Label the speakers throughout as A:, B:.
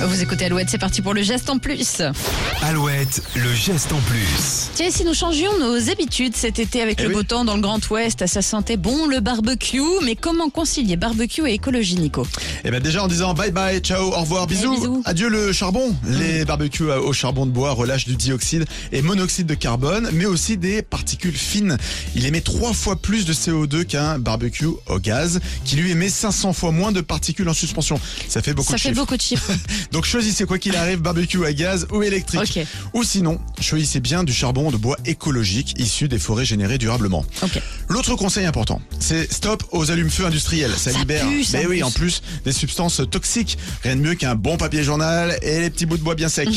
A: Vous écoutez Alouette, c'est parti pour le geste en plus.
B: Alouette, le geste en plus.
A: Tiens, si nous changions nos habitudes cet été avec
C: Eh
A: le
C: oui.
A: beau temps dans le Grand Ouest, ça sentait bon le barbecue, mais comment concilier barbecue et écologie, Nico
C: Et bien Eh ben, déjà en disant bye bye, ciao, au revoir, bisous,
A: bisous.
C: adieu le charbon. Les barbecues euh, au charbon de bois relâchent du dioxyde et monoxyde de carbone, mais aussi des particules fines. Il émet trois fois plus de CO2 qu'un barbecue au gaz, qui lui émet 500 fois moins de particules en suspension. Ça fait beaucoup
A: Ça
C: de
A: fait
C: chiffres.
A: beaucoup de chiffres.
C: Donc choisissez quoi qu'il arrive, barbecue à gaz ou électrique.
A: Ok.
C: Ou sinon, choisissez bien du charbon de bois écologique issu des forêts générées durablement.
A: Ok.
C: L'autre conseil important, c'est stop aux allumes-feux industriels. Ça,
A: Ça
C: libère,
A: pue, ça
C: mais oui,
A: pue.
C: en plus des substances toxiques. Rien de mieux qu'un bon papier journal et les petits bouts de bois bien secs.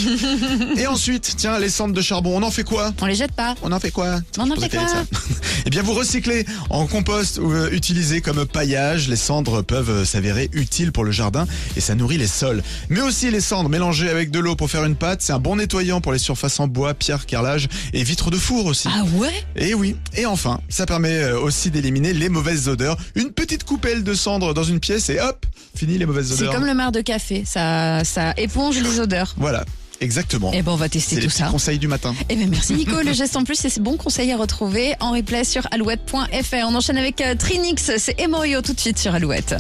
C: et ensuite, tiens, les cendres de charbon, on en fait quoi
A: On les jette pas.
C: on en fait quoi
A: On en
C: Je
A: fait
C: pourrais
A: quoi
C: t'aider, ça. Eh bien, vous recyclez en compost ou euh, utilisez comme paillage. Les cendres peuvent euh, s'avérer utiles pour le jardin et ça nourrit les sols. Mais aussi les cendres mélangées avec de l'eau pour faire une pâte, c'est un bon nettoyant pour les surfaces en bois, pierre, carrelage et vitres de four aussi.
A: Ah ouais
C: Et oui, et enfin, ça permet euh, aussi d'éliminer les mauvaises odeurs. Une petite coupelle de cendres dans une pièce et hop, fini les mauvaises
A: C'est
C: odeurs.
A: comme le marc de café, ça, ça éponge les odeurs.
C: Voilà, exactement.
A: Eh ben on va
C: C'est
A: tester
C: les
A: tout
C: petits
A: ça.
C: conseils du matin.
A: Eh bien merci Nico, le geste en plus c'est ce bon conseil à retrouver en replay sur alouette.fr. On enchaîne avec euh, Trinix, c'est Emorio tout de suite sur Alouette.